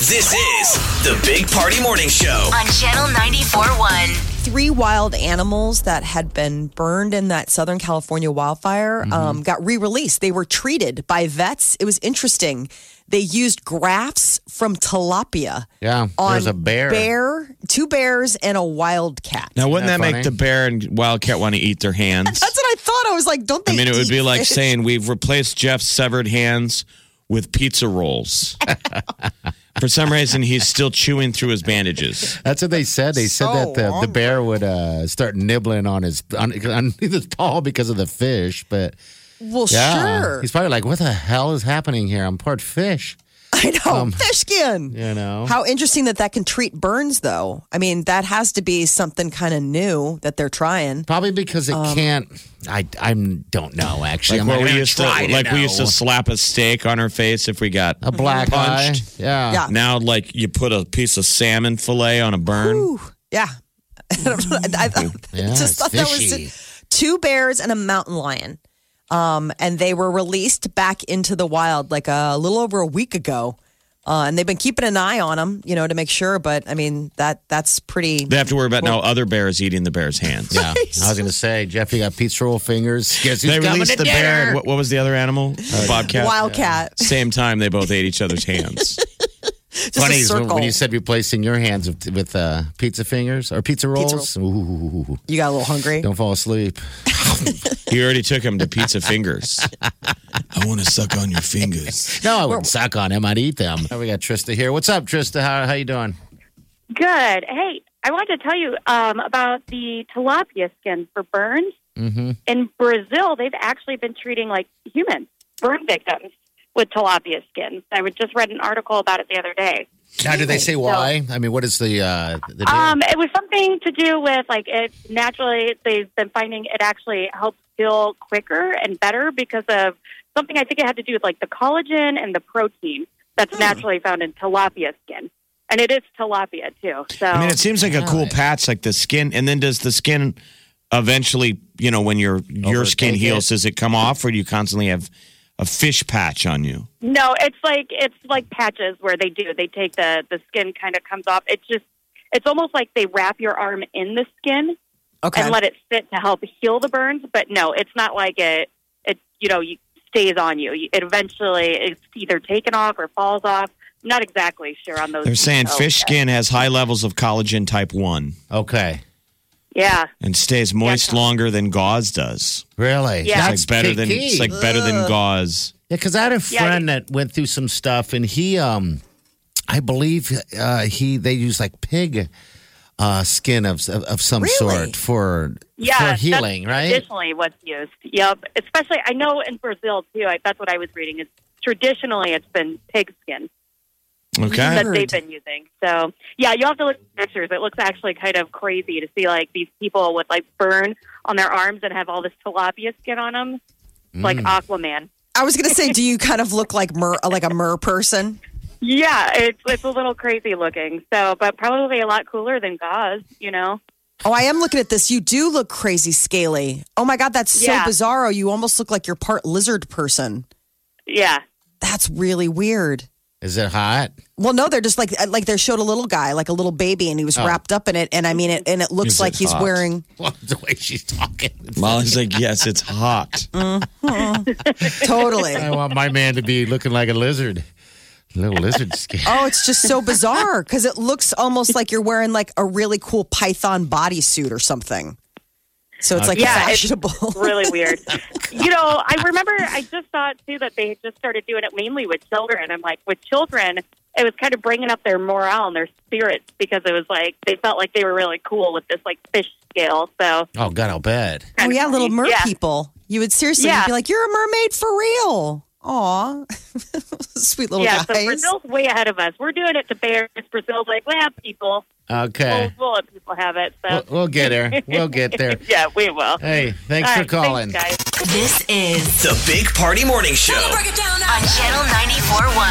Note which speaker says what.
Speaker 1: This is the Big Party Morning Show.
Speaker 2: on Channel 94.1.
Speaker 3: three wild animals that had been burned in that Southern California wildfire
Speaker 4: Mm-hmm.
Speaker 3: um, got re released. They were treated by vets. It was interesting. They used grafts from tilapia.
Speaker 5: Yeah,
Speaker 3: on
Speaker 5: there's a bear.
Speaker 3: bear, two bears, and a wild cat.
Speaker 4: Now, wouldn't
Speaker 5: Isn't
Speaker 4: that,
Speaker 5: that funny?
Speaker 4: make the bear and wildcat want to eat their hands?
Speaker 3: That's what I thought. I was like, don't they?
Speaker 4: I mean, it would
Speaker 3: eat
Speaker 4: be like
Speaker 3: fish?
Speaker 4: saying we've replaced Jeff's severed hands with pizza rolls. For some reason, he's still chewing through his bandages.
Speaker 5: That's what they said. They said that the, the bear would uh, start nibbling on his on, on his paw because of the fish. But
Speaker 3: well,
Speaker 5: yeah,
Speaker 3: sure.
Speaker 5: he's probably like, "What the hell is happening here? I'm part fish."
Speaker 3: I know
Speaker 4: um,
Speaker 3: fish skin.
Speaker 5: You know,
Speaker 3: How interesting that that can treat burns, though. I mean, that has to be something kind of new that they're trying.
Speaker 5: probably because it
Speaker 3: Um,
Speaker 5: can't. I I don't know actually.
Speaker 4: Like,
Speaker 5: I'm
Speaker 4: where
Speaker 5: not
Speaker 4: we
Speaker 5: gonna
Speaker 4: used to,
Speaker 5: try
Speaker 4: like we used to
Speaker 5: know.
Speaker 4: slap a steak on our face if we got
Speaker 5: a black
Speaker 4: punched.
Speaker 5: eye. Yeah.
Speaker 3: Yeah.
Speaker 4: Now, like you put a piece of salmon fillet on a burn.
Speaker 3: Ooh, yeah. I, don't know. I thought,
Speaker 5: Mm-hmm. Yeah,
Speaker 3: just
Speaker 5: it's
Speaker 3: thought that was
Speaker 5: fishy.
Speaker 3: two bears and a mountain lion. Um, and they were released back into the wild like a, little over a week ago. Uh, and they've been keeping an eye on them, you know, to make sure. But I mean, that that's pretty.
Speaker 4: They have to worry about now other bears eating the bear's hands.
Speaker 5: Yeah. I was gonna say, Jeff, you got pizza roll fingers. Guess who's
Speaker 4: They
Speaker 5: coming to
Speaker 4: released the bear.
Speaker 5: dinner? Uh,
Speaker 4: And what, what was the other animal? Bobcat.
Speaker 3: Wildcat.
Speaker 4: Same time, they both ate each other's hands.
Speaker 3: Just
Speaker 5: Funny
Speaker 3: a
Speaker 5: is when,
Speaker 3: circle.
Speaker 5: when you
Speaker 3: you,
Speaker 5: said replacing your hands with, with uh, pizza fingers or pizza rolls. Ooh,
Speaker 3: got a little hungry.
Speaker 5: don't fall asleep.
Speaker 4: You already took him to pizza fingers. I want to suck on your fingers.
Speaker 5: No, I wouldn't suck on him. I'd eat them. Now we got Trista here. What's up, Trista? How how you doing?
Speaker 6: Good. Hey, I wanted to tell you um, about the tilapia skin for burns.
Speaker 5: Mm-hmm.
Speaker 6: In Brazil, they've actually been treating like human burn victims with tilapia skin. I would- just read an article about it the other day.
Speaker 5: Now, do they say why? I mean, what is the uh, the deal?
Speaker 6: Um, it was something to do with like it naturally they've been finding it actually helps heal quicker and better because of something I think it had to do with like the collagen and the protein that's
Speaker 4: Hmm.
Speaker 6: naturally found in tilapia skin. And it is tilapia too. So
Speaker 4: I mean, it seems like a cool patch, like the skin. And then does the skin eventually, you know, when your your skin
Speaker 5: Overtake
Speaker 4: heals,
Speaker 5: it.
Speaker 4: does it come off, or do you constantly have a fish patch on you?
Speaker 6: No, it's like it's like patches where they do. They take the the skin kind of comes off. It's just it's almost like they wrap your arm in the skin
Speaker 3: Okay.
Speaker 6: and let it sit to help heal the burns. But no, it's not like it it you know you stays on you. You- It eventually it's either taken off or falls off. I'm not exactly sure on those.
Speaker 4: They're saying
Speaker 6: details.
Speaker 4: fish skin has high levels of collagen type one
Speaker 5: okay,
Speaker 6: Yeah,
Speaker 4: and stays moist longer than gauze does.
Speaker 5: really?
Speaker 6: Yeah.
Speaker 4: It's
Speaker 5: That's
Speaker 4: like better than
Speaker 5: picky.
Speaker 4: it's like better than gauze.
Speaker 5: Yeah, because I had a
Speaker 6: Yeah,
Speaker 5: friend that went through some stuff, and he, um, I believe uh, he they used like pig uh, skin of of, of some
Speaker 3: Really?
Speaker 5: sort for
Speaker 6: yeah.
Speaker 5: for healing,
Speaker 6: that's
Speaker 5: right?
Speaker 6: Traditionally, what's used. Yep. Especially, I know in Brazil too. I, that's what I was reading. Is traditionally it's been pig skin.
Speaker 4: Okay.
Speaker 6: that they've been using. So yeah, you'll have to look at pictures. It looks actually kind of crazy to see like these people with like burn on their arms and have all this tilapia skin on them, like Aquaman.
Speaker 3: I was going to say, do you kind of look like mer, like a mer person?
Speaker 6: Yeah, it's it's a little crazy looking. So, but probably a lot cooler than gauze, you know.
Speaker 3: Oh, I am looking at this. You do look crazy scaly. Oh my God, that's so
Speaker 6: Yeah.
Speaker 3: bizarro. You almost look like you're part lizard person.
Speaker 6: Yeah.
Speaker 3: That's really weird.
Speaker 5: Is it hot?
Speaker 3: Well, no, they're just like uh, like they showed a little guy, like a little baby, and he
Speaker 6: Oh.
Speaker 3: was wrapped up in it, and I mean it, and it looks
Speaker 4: Is
Speaker 3: like
Speaker 4: it
Speaker 3: he's
Speaker 4: hot?
Speaker 3: wearing.
Speaker 5: Well, the way she's talking.
Speaker 4: Molly's like, yes, it's hot.
Speaker 3: Totally.
Speaker 5: I want my man to be looking like a lizard, little lizard skin.
Speaker 3: Oh, it's just so bizarre because it looks almost like you're wearing like a really cool python bodysuit or something. So it's like
Speaker 6: Uh, Yeah, it's
Speaker 3: fashionable.
Speaker 6: really weird. you know, I remember I just thought too that they had just started doing it mainly with children. I'm like, with children, it was kind of bringing up their morale and their spirits because it was like they felt like they were really cool with this like fish scale. So
Speaker 5: Oh God, I'll bet.
Speaker 3: oh yeah, little mer
Speaker 6: Yeah.
Speaker 3: people. You would seriously
Speaker 6: Yeah.
Speaker 3: be like, you're a mermaid for real. Aw, sweet little
Speaker 6: yeah, so
Speaker 3: guys.
Speaker 6: Brazil's way ahead of us. We're doing it to bears. Brazil's like, well, people, we'll,
Speaker 5: Okay.
Speaker 6: we'll let people have it. So
Speaker 5: Eh. We'll, we'll get there. We'll get there.
Speaker 6: yeah, we will.
Speaker 5: Hey, thanks
Speaker 6: All
Speaker 5: for
Speaker 6: right,
Speaker 5: calling.
Speaker 6: guys.
Speaker 2: This is
Speaker 1: The Big Party Morning Show.
Speaker 2: on Channel 94.1.